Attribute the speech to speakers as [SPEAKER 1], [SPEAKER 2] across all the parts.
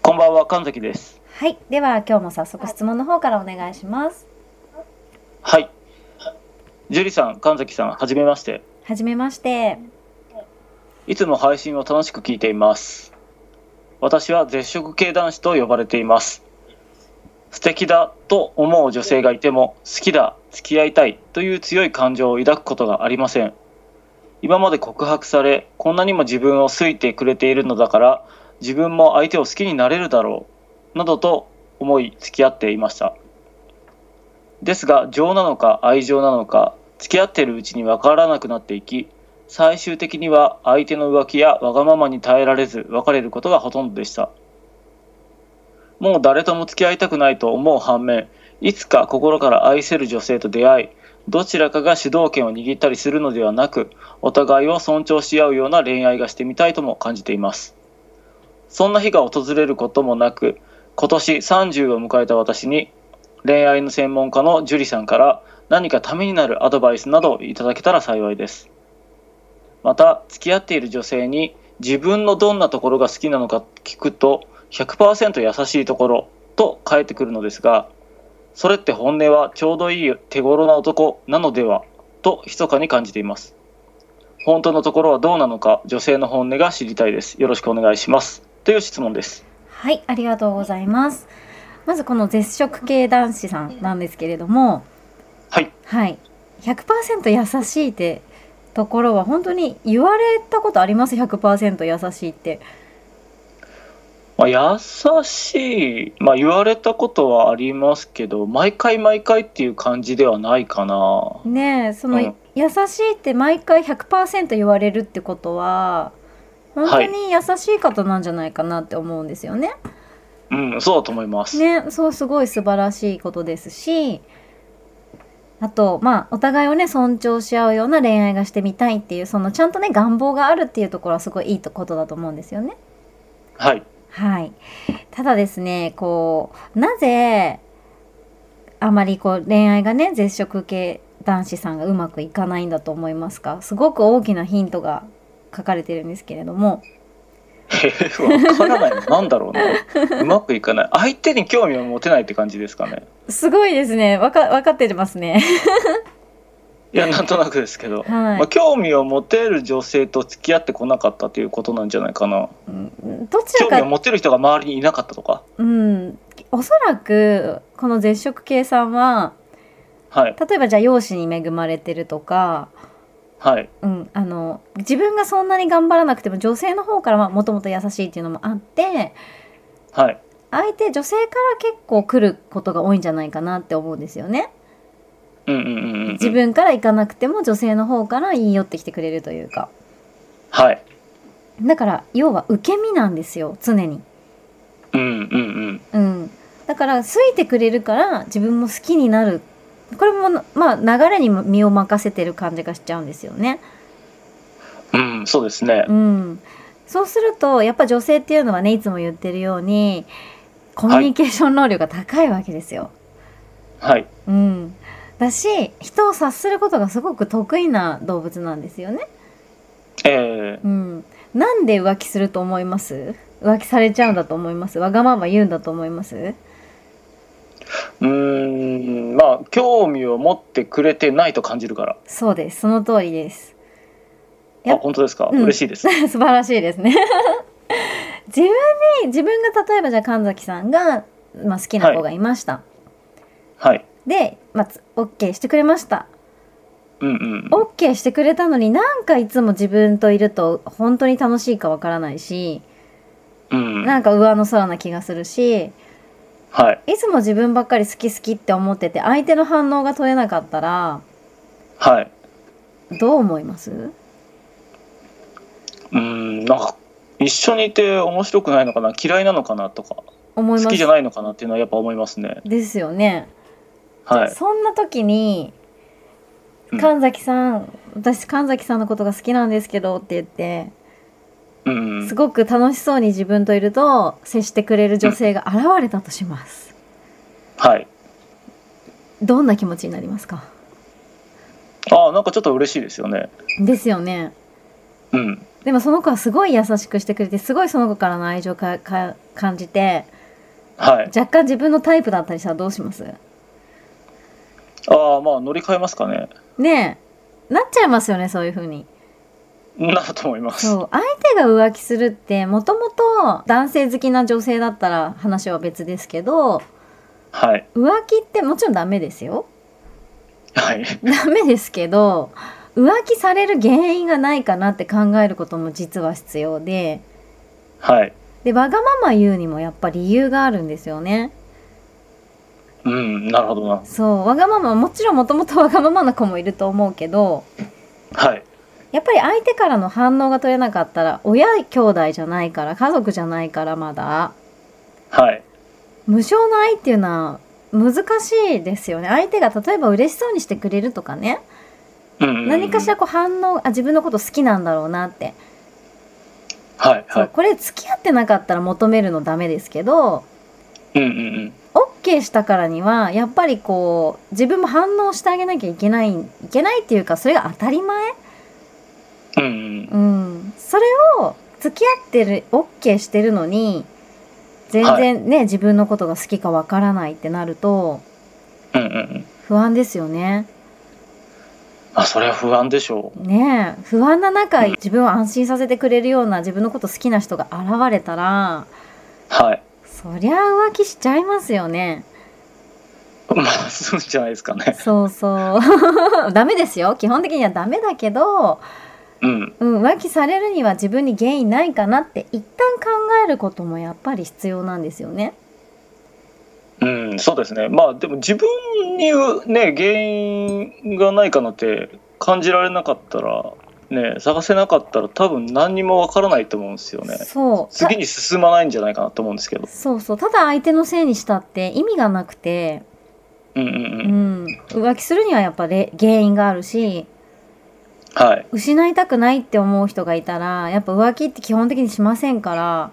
[SPEAKER 1] こんばんは、神崎です。
[SPEAKER 2] はい、では今日も早速質問の方からお願いします。
[SPEAKER 1] はい。ジュリさん、神崎さん、はじめまして。
[SPEAKER 2] はじめまして。
[SPEAKER 1] いつも配信を楽しく聞いています。私は絶食系男子と呼ばれています。素敵だと思う女性がいても、好きだ、付き合いたいという強い感情を抱くことがありません。今まで告白され、こんなにも自分を好いてくれているのだから、自分も相手を好きになれるだろう、などと思い付き合っていました。ですが、情なのか愛情なのか、付き合っているうちにわからなくなっていき、最終的には相手の浮気やわがままに耐えられず別れることがほとんどでしたもう誰とも付き合いたくないと思う反面いつか心から愛せる女性と出会いどちらかが主導権を握ったりするのではなくお互いを尊重し合うような恋愛がしてみたいとも感じていますそんな日が訪れることもなく今年30を迎えた私に恋愛の専門家の樹里さんから何かためになるアドバイスなどをいただけたら幸いですまた付き合っている女性に自分のどんなところが好きなのか聞くと100%優しいところと返ってくるのですがそれって本音はちょうどいい手頃な男なのではと密かに感じています本当のところはどうなのか女性の本音が知りたいですよろしくお願いしますという質問です
[SPEAKER 2] はい、ありがとうございます。まずこの絶食系男子さんなんですけれども、
[SPEAKER 1] はい
[SPEAKER 2] はい、100%優しいってところは本当に言われたことあります100%優しいって。
[SPEAKER 1] まあ、優しい、まあ、言われたことはありますけど毎回毎回っていう感じではないかな
[SPEAKER 2] ねえ、その、
[SPEAKER 1] うん
[SPEAKER 2] 優しいって毎回100%言われるってことは、本当に優しい方なんじゃないかなって思うんですよね。
[SPEAKER 1] うんそうだと思います、
[SPEAKER 2] ね、そうすごい素晴らしいことですし、あと、まあ、お互いをね、尊重し合うような恋愛がしてみたいっていう、そのちゃんとね、願望があるっていうところはすごいいいとことだと思うんですよね。
[SPEAKER 1] はい
[SPEAKER 2] はい。ただですね、こう、なぜ、あまりこう、恋愛がね、絶食系男子さんがうまくいかないんだと思いますかすごく大きなヒントが書かれてるんですけれども。
[SPEAKER 1] え わからない。なんだろうな。うまくいかない。相手に興味を持てないって感じですかね。
[SPEAKER 2] すごいですね。わか、わかってますね。
[SPEAKER 1] いや、なんとなくですけど。
[SPEAKER 2] はい
[SPEAKER 1] まあ、。興味を持てる女性と付き合ってこなかったということなんじゃないかな。
[SPEAKER 2] うんどちら
[SPEAKER 1] 興
[SPEAKER 2] か
[SPEAKER 1] 味を持てる人が周りにいなかったとか。
[SPEAKER 2] うん、おそらくこの絶食系さんは
[SPEAKER 1] はい。
[SPEAKER 2] 例えばじゃあ容姿に恵まれてるとか、
[SPEAKER 1] はい。
[SPEAKER 2] うん、あの自分がそんなに頑張らなくても女性の方からもともと優しいっていうのもあって
[SPEAKER 1] はい。
[SPEAKER 2] 相手女性から結構来ることが多いんじゃないかなって思うんですよね。
[SPEAKER 1] うんうんうんうんうん。
[SPEAKER 2] 自分から行かなくても女性の方から言い寄ってきてくれるというか
[SPEAKER 1] はい。
[SPEAKER 2] だから要は受け身なんですよ常に。
[SPEAKER 1] うんうんう
[SPEAKER 2] う
[SPEAKER 1] ん。
[SPEAKER 2] ん、だから好いてくれるから自分も好きになるこれもまあ流れにも身を任せてる感じがしちゃうんですよね。
[SPEAKER 1] うん、そうですね
[SPEAKER 2] う。ん、そうするとやっぱ女性っていうのはねいつも言ってるようにコミュニケーション能力が高いわけですよ。
[SPEAKER 1] はい。
[SPEAKER 2] うん、だし人を察することがすごく得意な動物なんですよね。
[SPEAKER 1] ええ
[SPEAKER 2] うん、なんで浮気すると思います浮気されちゃうんだと思いますわがまま言うんだと思います
[SPEAKER 1] うーん、まあ、興味を持ってくれてないと感じるから。
[SPEAKER 2] そうですその通りです。いや
[SPEAKER 1] あ、本当ですか、
[SPEAKER 2] うん
[SPEAKER 1] 嬉しいです。
[SPEAKER 2] 素晴らしいですね自分に自分が例えばじゃあ神崎さんが、まあ、好きな子がいました、
[SPEAKER 1] はい。
[SPEAKER 2] で、まあ、つ OK してくれました
[SPEAKER 1] うんうん。
[SPEAKER 2] OK してくれたのになんかいつも自分といると本当に楽しいかわからないし
[SPEAKER 1] うん。
[SPEAKER 2] なんか上の空な気がするし
[SPEAKER 1] はい。
[SPEAKER 2] いつも自分ばっかり好き好きって思ってて相手の反応が取れなかったら
[SPEAKER 1] はい。
[SPEAKER 2] どう思います
[SPEAKER 1] うーん、なんか、一緒にいて面白くないのかな嫌いなのかなとか、
[SPEAKER 2] 思い
[SPEAKER 1] 好
[SPEAKER 2] ま
[SPEAKER 1] きじゃ
[SPEAKER 2] す
[SPEAKER 1] ないのかなっていうのはやっぱ思いますね。
[SPEAKER 2] ですよね、
[SPEAKER 1] はい。
[SPEAKER 2] そんな時に
[SPEAKER 1] うん
[SPEAKER 2] 神崎さん、私神崎さんのことが好きなんですけどって言って
[SPEAKER 1] うんうん
[SPEAKER 2] す。ごく楽しそうに自分といると接してくれる女性が現れたとします。
[SPEAKER 1] はい。
[SPEAKER 2] どんな気持ちになりますか
[SPEAKER 1] ああ、なんかちょっと嬉しいですよね。
[SPEAKER 2] ですよね。
[SPEAKER 1] うん。
[SPEAKER 2] でもその子はすごい優しくしてくれてすごいその子からの愛情かか感じて
[SPEAKER 1] はい。
[SPEAKER 2] 若干自分のタイプだったりしたらどうします
[SPEAKER 1] ああ、まあ、乗り換えますかね。
[SPEAKER 2] ねえなっちゃいますよねそういう風に。
[SPEAKER 1] なると思います。
[SPEAKER 2] そう相手が浮気するってもともと男性好きな女性だったら話は別ですけど
[SPEAKER 1] はい。
[SPEAKER 2] 浮気ってもちろんダメですよ。
[SPEAKER 1] はい。
[SPEAKER 2] ダメですけど浮気される原因がないかなって考えることも実は必要で
[SPEAKER 1] はい。
[SPEAKER 2] でわがまま言うにもやっぱ理由があるんですよね
[SPEAKER 1] うん、なるほどな。
[SPEAKER 2] そうわがままもちろんもとも とわがままな子もいると思うけど
[SPEAKER 1] はい。
[SPEAKER 2] やっぱり相手からの反応が取れなかったら親兄弟じゃないから家族じゃないからまだ
[SPEAKER 1] はい。
[SPEAKER 2] 無償の愛っていうのは難しいですよね相手が例えば嬉しそうにしてくれるとかね
[SPEAKER 1] うんうんうん。
[SPEAKER 2] 何かしらこう反応あ自分のこと好きなんだろうなって
[SPEAKER 1] はい。
[SPEAKER 2] そ
[SPEAKER 1] は
[SPEAKER 2] うこれ付き合ってなかったら求めるのダメですけど
[SPEAKER 1] い。うんうんうん。
[SPEAKER 2] OK したからにはやっぱりこう自分も反応してあげなきゃいけないいけないっていうかそれが当たり前、
[SPEAKER 1] うんうん。
[SPEAKER 2] うん、それを付き合ってる OK してるのに全然ね、自分のことが好きかわからないってなると
[SPEAKER 1] うんうんうん。
[SPEAKER 2] 不安ですよね。
[SPEAKER 1] あ、それは不安でしょ
[SPEAKER 2] ねえ不安な中自分を安心させてくれるような自分のこと好きな人が現れたら
[SPEAKER 1] う。はい。
[SPEAKER 2] そりゃ浮気しちゃいますよね。
[SPEAKER 1] まあ、そうじゃないですかね。
[SPEAKER 2] そうそう。 ダメですよ。基本的にはダメだけど、
[SPEAKER 1] うん。
[SPEAKER 2] うん、浮気されるには自分に原因ないかなって一旦考えることもやっぱり必要なんですよね。
[SPEAKER 1] うん、そうですね。まあ、でも自分にね、原因がないかなって感じられなかったら、ね、探せなかったら多分何にもわからないと思うんですよね。
[SPEAKER 2] そう。た
[SPEAKER 1] 次に進まないんじゃないかなと思うんですけど。
[SPEAKER 2] そうそう。ただ相手のせいにしたって意味がなくて、
[SPEAKER 1] うんう
[SPEAKER 2] うん
[SPEAKER 1] うん。
[SPEAKER 2] ん、浮気するにはやっぱり原因があるし、
[SPEAKER 1] はい。
[SPEAKER 2] 失いたくないって思う人がいたら、やっぱ浮気って基本的にしませんから、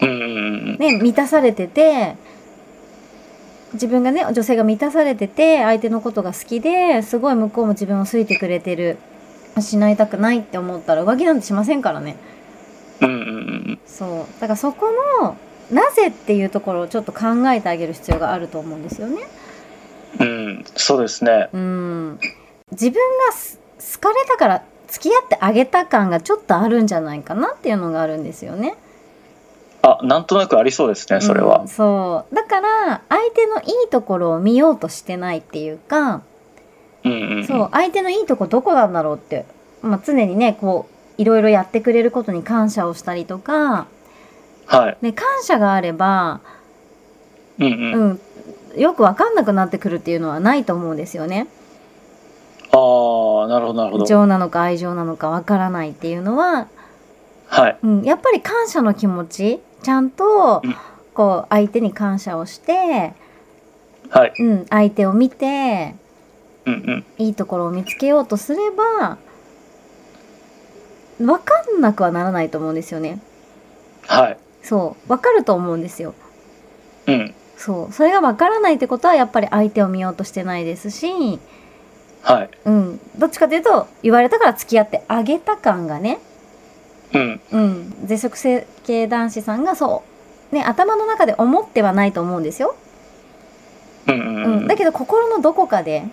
[SPEAKER 1] うんうんうん
[SPEAKER 2] ね、満たされてて自分がね女性が満たされてて相手のことが好きですごい向こうも自分を好いてくれてる失いたくないって思ったら浮気なんてしませんからね
[SPEAKER 1] うん。うんうんうん
[SPEAKER 2] そうだからそこのなぜっていうところをちょっと考えてあげる必要があると思うんですよね
[SPEAKER 1] うん。うん、そうですね。
[SPEAKER 2] うん自分がす好かれたから付き合ってあげた感がちょっとあるんじゃないかなっていうのがあるんですよね
[SPEAKER 1] あ、なんとなくありそうですね、それは。
[SPEAKER 2] うんそうだから相手のいいところを見ようとしてないっていうか
[SPEAKER 1] うんうんうん。
[SPEAKER 2] そう相手のいいとこどこなんだろうって、まあ、常にねこういろいろやってくれることに感謝をしたりとか、
[SPEAKER 1] はい。
[SPEAKER 2] ね、感謝があれば、
[SPEAKER 1] うん
[SPEAKER 2] う
[SPEAKER 1] うん。あ
[SPEAKER 2] ん、よく分かんなくなってくるっていうのはないと思うんですよね。
[SPEAKER 1] あ、なるほど、なるほど。
[SPEAKER 2] 情なのか愛情なのか分からないっていうのは、
[SPEAKER 1] はい。
[SPEAKER 2] うん、やっぱり感謝の気持ちちゃんと
[SPEAKER 1] うん
[SPEAKER 2] こう相手に感謝をして、
[SPEAKER 1] はい。
[SPEAKER 2] うん、相手を見て
[SPEAKER 1] うんうん。
[SPEAKER 2] いいところを見つけようとすれば分かんなくはならないと思うんですよね。
[SPEAKER 1] はい。
[SPEAKER 2] そう、わかると思うんですよ。
[SPEAKER 1] うん。
[SPEAKER 2] そうそれが分からないってことはやっぱり相手を見ようとしてないですし、
[SPEAKER 1] はい。
[SPEAKER 2] うん、どっちかというと言われたから付き合ってあげた感がね、
[SPEAKER 1] うん。
[SPEAKER 2] うん、絶食性系男子さんがそう、ね、頭の中で思ってはないと思うんですよ、
[SPEAKER 1] うんうん
[SPEAKER 2] うん
[SPEAKER 1] うん。
[SPEAKER 2] だけど心のどこかで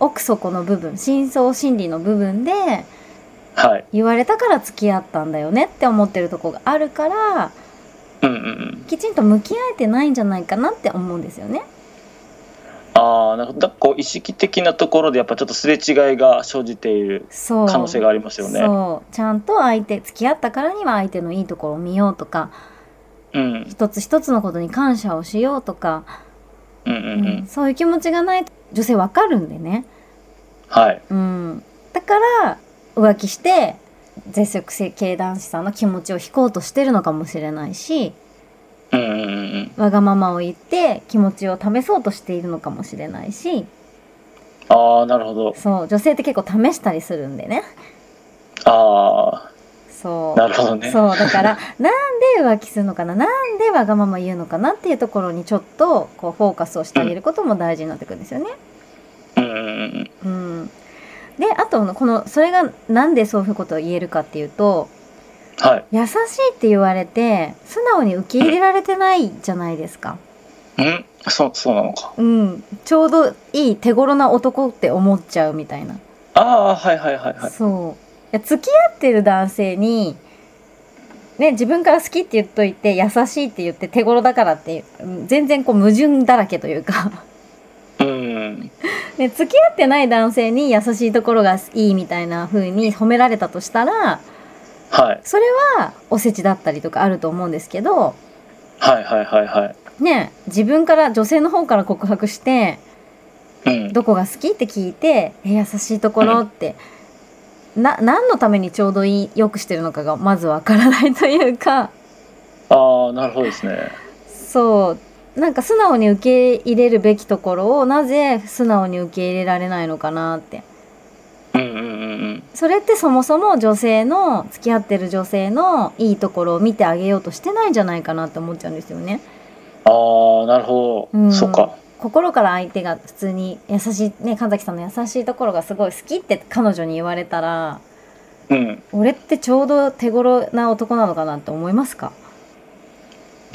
[SPEAKER 2] 奥底の部分深層心理の部分で
[SPEAKER 1] はい。
[SPEAKER 2] 言われたから付き合ったんだよねって思ってるとこがあるから
[SPEAKER 1] うんうんうん。
[SPEAKER 2] きちんと向き合えてないんじゃないかなって思うんですよね。
[SPEAKER 1] ああ、なんかだこう意識的なところでやっぱちょっとすれ違いが生じている
[SPEAKER 2] そう
[SPEAKER 1] 可能性がありますよね。
[SPEAKER 2] そうちゃんと相手付き合ったからには相手のいいところを見ようとか
[SPEAKER 1] うん。
[SPEAKER 2] 一つ一つのことに感謝をしようとか、
[SPEAKER 1] うんうんう
[SPEAKER 2] うん
[SPEAKER 1] ん。
[SPEAKER 2] そういう気持ちがないと女性わかるんでね、
[SPEAKER 1] はい。
[SPEAKER 2] うん、だから浮気して絶食性系男子さんの気持ちを引こうとしてるのかもしれないし
[SPEAKER 1] うんうんうんうん。
[SPEAKER 2] わがままを言って気持ちを試そうとしているのかもしれないし
[SPEAKER 1] ああ、なるほど。
[SPEAKER 2] そう女性って結構試したりするんでね
[SPEAKER 1] あ
[SPEAKER 2] そ
[SPEAKER 1] あ、
[SPEAKER 2] う
[SPEAKER 1] なるほどね。
[SPEAKER 2] そうだからなんで浮気するのかななんでわがまま言うのかなっていうところにちょっとこうフォーカスをしてあげることも大事になってくるんですよね。
[SPEAKER 1] うんうんうん。
[SPEAKER 2] うん、であとこのそれがなんでそういうことを言えるかっていうと
[SPEAKER 1] はい。
[SPEAKER 2] 優しいって言われて素直に受け入れられてないじゃないですか。
[SPEAKER 1] うんそう、そうなのか。
[SPEAKER 2] うん、ちょうどいい手頃な男って思っちゃうみたいな。
[SPEAKER 1] ああ、はいはいはいはい。
[SPEAKER 2] そういや付き合ってる男性に、ね、自分から好きって言っといて優しいって言って手頃だからってうん全然こう矛盾だらけというか、
[SPEAKER 1] うん。
[SPEAKER 2] ね、付き合ってない男性に優しいところがいいみたいな風に褒められたとしたら
[SPEAKER 1] はい。
[SPEAKER 2] それはおせちだったりとかあると思うんですけど、
[SPEAKER 1] はいはいはいはい。
[SPEAKER 2] ね、自分から女性の方から告白して
[SPEAKER 1] うん。
[SPEAKER 2] どこが好きって聞いてえ優しいところって、な何のためにちょうどいいよくしてるのかがまずわからないというか
[SPEAKER 1] ああ、なるほどですね。
[SPEAKER 2] そうなんか素直に受け入れるべきところをなぜ素直に受け入れられないのかなって
[SPEAKER 1] うんうんうんうん。
[SPEAKER 2] それってそもそも女性の付き合ってる女性のいいところを見てあげようとしてないんじゃないかなって思っちゃうんですよね。
[SPEAKER 1] ああ、なるほど。
[SPEAKER 2] うん
[SPEAKER 1] そうか。
[SPEAKER 2] 心から相手が普通に優しいね神崎さんの優しいところがすごい好きって彼女に言われたら
[SPEAKER 1] うん。
[SPEAKER 2] 俺ってちょうど手頃な男なのかなって思いますか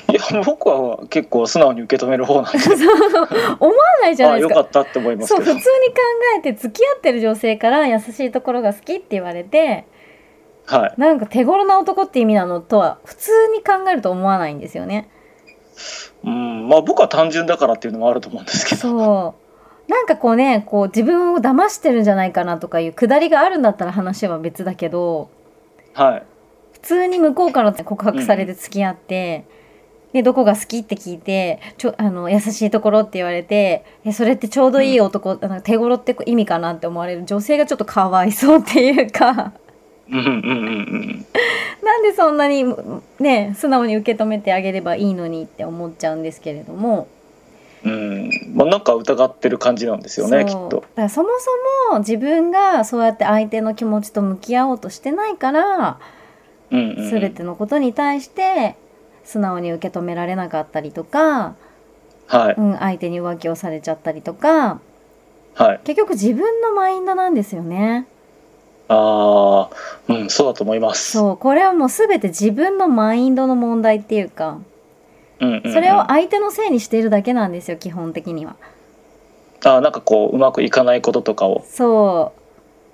[SPEAKER 1] いや、僕は結構素直に受け止める方なんで。
[SPEAKER 2] 思わないじゃ
[SPEAKER 1] あ
[SPEAKER 2] な
[SPEAKER 1] あ、
[SPEAKER 2] いで
[SPEAKER 1] よ
[SPEAKER 2] す
[SPEAKER 1] か
[SPEAKER 2] か
[SPEAKER 1] ったって思います
[SPEAKER 2] そう
[SPEAKER 1] け
[SPEAKER 2] 普通
[SPEAKER 1] ど
[SPEAKER 2] に考。えて付き合ってる女性から優しいところが好きって言われて
[SPEAKER 1] はい。
[SPEAKER 2] なんか手頃な男って意味なのとは普通に考えると思わないんですよね
[SPEAKER 1] うん。まあ僕は単純だからっていうのもあると思うんで すけど。
[SPEAKER 2] そうなんかこうねこう自分を騙してるんじゃないかなとかいうくだりがあるんだったら話は別だけど
[SPEAKER 1] はい。
[SPEAKER 2] 普通に向こうから告白されて付き合って、でどこが好きって聞いてちょあの優しいところって言われてえそれってちょうどいい男、あの手頃って意味かなって思われる女性がちょっとかわいそうっていうか
[SPEAKER 1] うんうんうんうん
[SPEAKER 2] なんでそんなにね素直に受け止めてあげればいいのにって思っちゃうんですけれども。
[SPEAKER 1] うん。うん。まあなんか疑ってる感じなんですよね、きっ
[SPEAKER 2] そうだ
[SPEAKER 1] と
[SPEAKER 2] か。らそもそも自分がそうやって相手の気持ちと向き合おうとしてないから
[SPEAKER 1] うんうんうん。
[SPEAKER 2] 全てのことに対して素直に受け止められなかったりとか
[SPEAKER 1] はい。
[SPEAKER 2] うん、相手に浮気をされちゃったりとか
[SPEAKER 1] はい。
[SPEAKER 2] 結局自分のマインドなんですよね
[SPEAKER 1] ああ、うん、そうだと思います。
[SPEAKER 2] そうこれはもう全て自分のマインドの問題っていうか
[SPEAKER 1] うんうんうん
[SPEAKER 2] それを相手のせいにしているだけなんですよ基本的には
[SPEAKER 1] あなんかこううまくいかないこととかを、
[SPEAKER 2] そ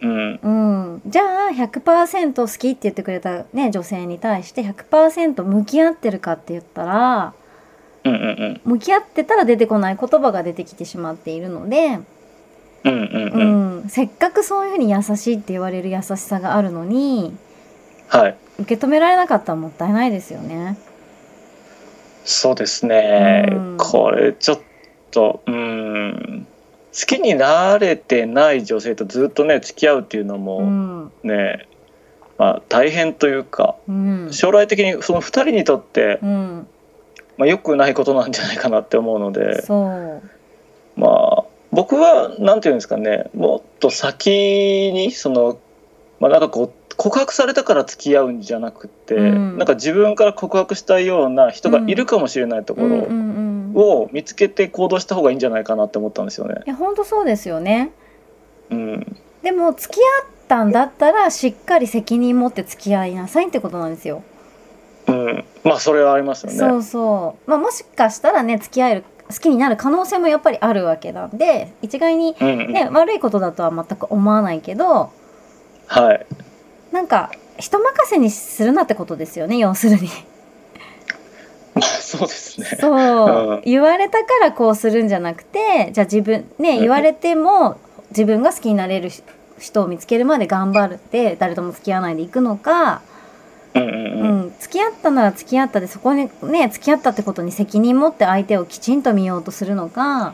[SPEAKER 1] うん、
[SPEAKER 2] ううんじゃあ100%好きって言ってくれたね女性に対して100%向き合ってるかって言ったら
[SPEAKER 1] うんうんうん
[SPEAKER 2] 向き合ってたら出てこない言葉が出てきてしまっているので、
[SPEAKER 1] うんう
[SPEAKER 2] う
[SPEAKER 1] んうん
[SPEAKER 2] ん、せっかくそういうふうに優しいって言われる優しさがあるのに
[SPEAKER 1] はい
[SPEAKER 2] 受け止められなかったらもったいないですよね。
[SPEAKER 1] そうですね、
[SPEAKER 2] うん
[SPEAKER 1] これちょっとうん好きになれてない女性とずっとね付き合うっていうの
[SPEAKER 2] う
[SPEAKER 1] も
[SPEAKER 2] ん、
[SPEAKER 1] ね、まあ、大変というか
[SPEAKER 2] うん、
[SPEAKER 1] 将来的にその2人にとって、
[SPEAKER 2] うん、
[SPEAKER 1] まあ、良くないことなんじゃないかなって思うので
[SPEAKER 2] そう、
[SPEAKER 1] まあ僕はなんていうんですかねもっと先にそのまあなんかこう告白されたから付き合うんじゃなくて、
[SPEAKER 2] うん
[SPEAKER 1] なんか自分から告白したいような人がいるかもしれないとこ
[SPEAKER 2] うん、
[SPEAKER 1] ろ
[SPEAKER 2] うん、うん、うんい
[SPEAKER 1] を見つけて行動した方がいいんじゃないかなって思ったんですよね。
[SPEAKER 2] や本当そうですよね
[SPEAKER 1] うん、
[SPEAKER 2] でも付き合ったんだったらしっかり責任持って付き合いなさいってことなんですよ
[SPEAKER 1] うん、まあそれはありますよね。
[SPEAKER 2] そうそう、まあ、もしかしたらね付き合える好きになる可能性もやっぱりあるわけなんで一概に、
[SPEAKER 1] うんうん、
[SPEAKER 2] ね悪いことだとは全く思わないけど
[SPEAKER 1] はい、
[SPEAKER 2] なんか人任せにするなってことですよね要するに
[SPEAKER 1] まあそうですね。
[SPEAKER 2] そう、
[SPEAKER 1] うん
[SPEAKER 2] 言われたからこうするんじゃなくてじゃあ自分ね
[SPEAKER 1] うん
[SPEAKER 2] 言われても自分が好きになれる人を見つけるまで頑張るって誰とも付き合わないでいくのか
[SPEAKER 1] うんうんうん。
[SPEAKER 2] うん、付き合ったなら付き合ったでそこにね付き合ったってことに責任持って相手をきちんと見ようとするのか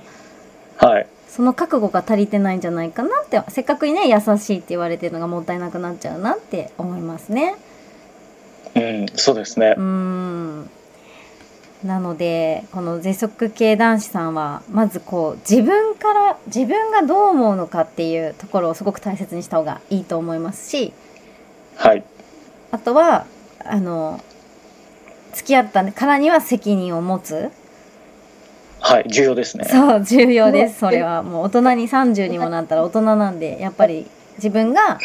[SPEAKER 1] はい、
[SPEAKER 2] その覚悟が足りてないんじゃないかなってせっかくにね優しいって言われてるのがもったいなくなっちゃうなって思いますね。
[SPEAKER 1] うん、そうですね
[SPEAKER 2] う。ーんなのでこの絶足系男子さんはまずこう自分から自分がどう思うのかっていうところをすごく大切にした方がいいと思いますし
[SPEAKER 1] はい、
[SPEAKER 2] あとはあの付き合ったからには責任を持つ。
[SPEAKER 1] はい、重要ですね。
[SPEAKER 2] そう重要ですそれはもう大人に30にもなったら大人なんでやっぱり自分が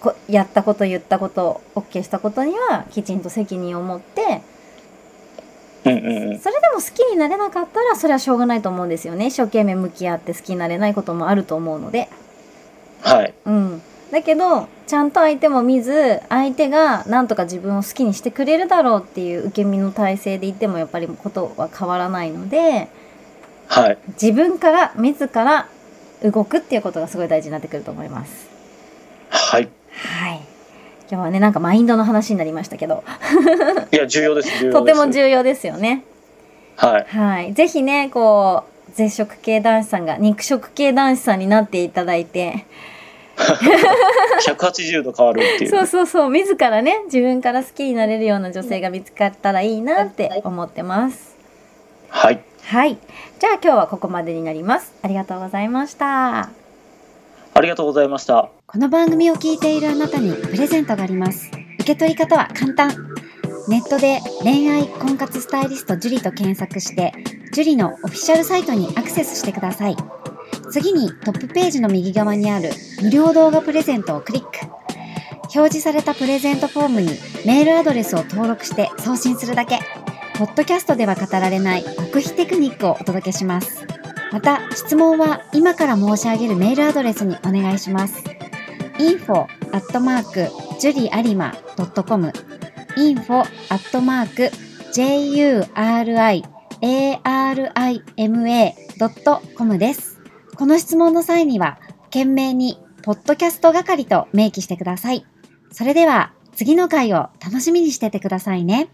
[SPEAKER 2] こやったこと言ったこと OK したことにはきちんと責任を持って
[SPEAKER 1] うんうんうん。
[SPEAKER 2] それでも好きになれなかったらそれはしょうがないと思うんですよね一生懸命向き合って好きになれないこともあると思うので
[SPEAKER 1] はい、
[SPEAKER 2] うんだけどちゃんと相手も見ず相手がなんとか自分を好きにしてくれるだろうっていう受け身の体制でいてもやっぱりことは変わらないので
[SPEAKER 1] はい、
[SPEAKER 2] 自分から自ら動くっていうことがすごい大事になってくると思います。
[SPEAKER 1] はい。
[SPEAKER 2] はい。今日はねなんかマインドの話になりましたけど、
[SPEAKER 1] いや、重要です、重要です。
[SPEAKER 2] とても重要ですよね。
[SPEAKER 1] はい、
[SPEAKER 2] はい。ぜひねこう絶食系男子さんが肉食系男子さんになっていただいて、
[SPEAKER 1] 180度変わるっていう。
[SPEAKER 2] そうそうそう自らね自分から好きになれるような女性が見つかったらいいなって思ってます。
[SPEAKER 1] はい、
[SPEAKER 2] はい。じゃあ今日はここまでになります。ありがとうございました。
[SPEAKER 1] ありがとうございました。
[SPEAKER 3] この番組を聞いているあなたにプレゼントがあります。受け取り方は簡単。ネットで恋愛婚活スタイリスト樹と検索して、樹のオフィシャルサイトにアクセスしてください。次にトップページの右側にある無料動画プレゼントをクリック。表示されたプレゼントフォームにメールアドレスを登録して送信するだけ。ポッドキャストでは語られない極秘テクニックをお届けします。また、質問は今から申し上げるメールアドレスにお願いします。info アットマークジュリアリマドットコム info アットマーク juriarima ドットコムです。この質問の際には、懸命にポッドキャスト係と明記してください。それでは、次の回を楽しみにしててくださいね。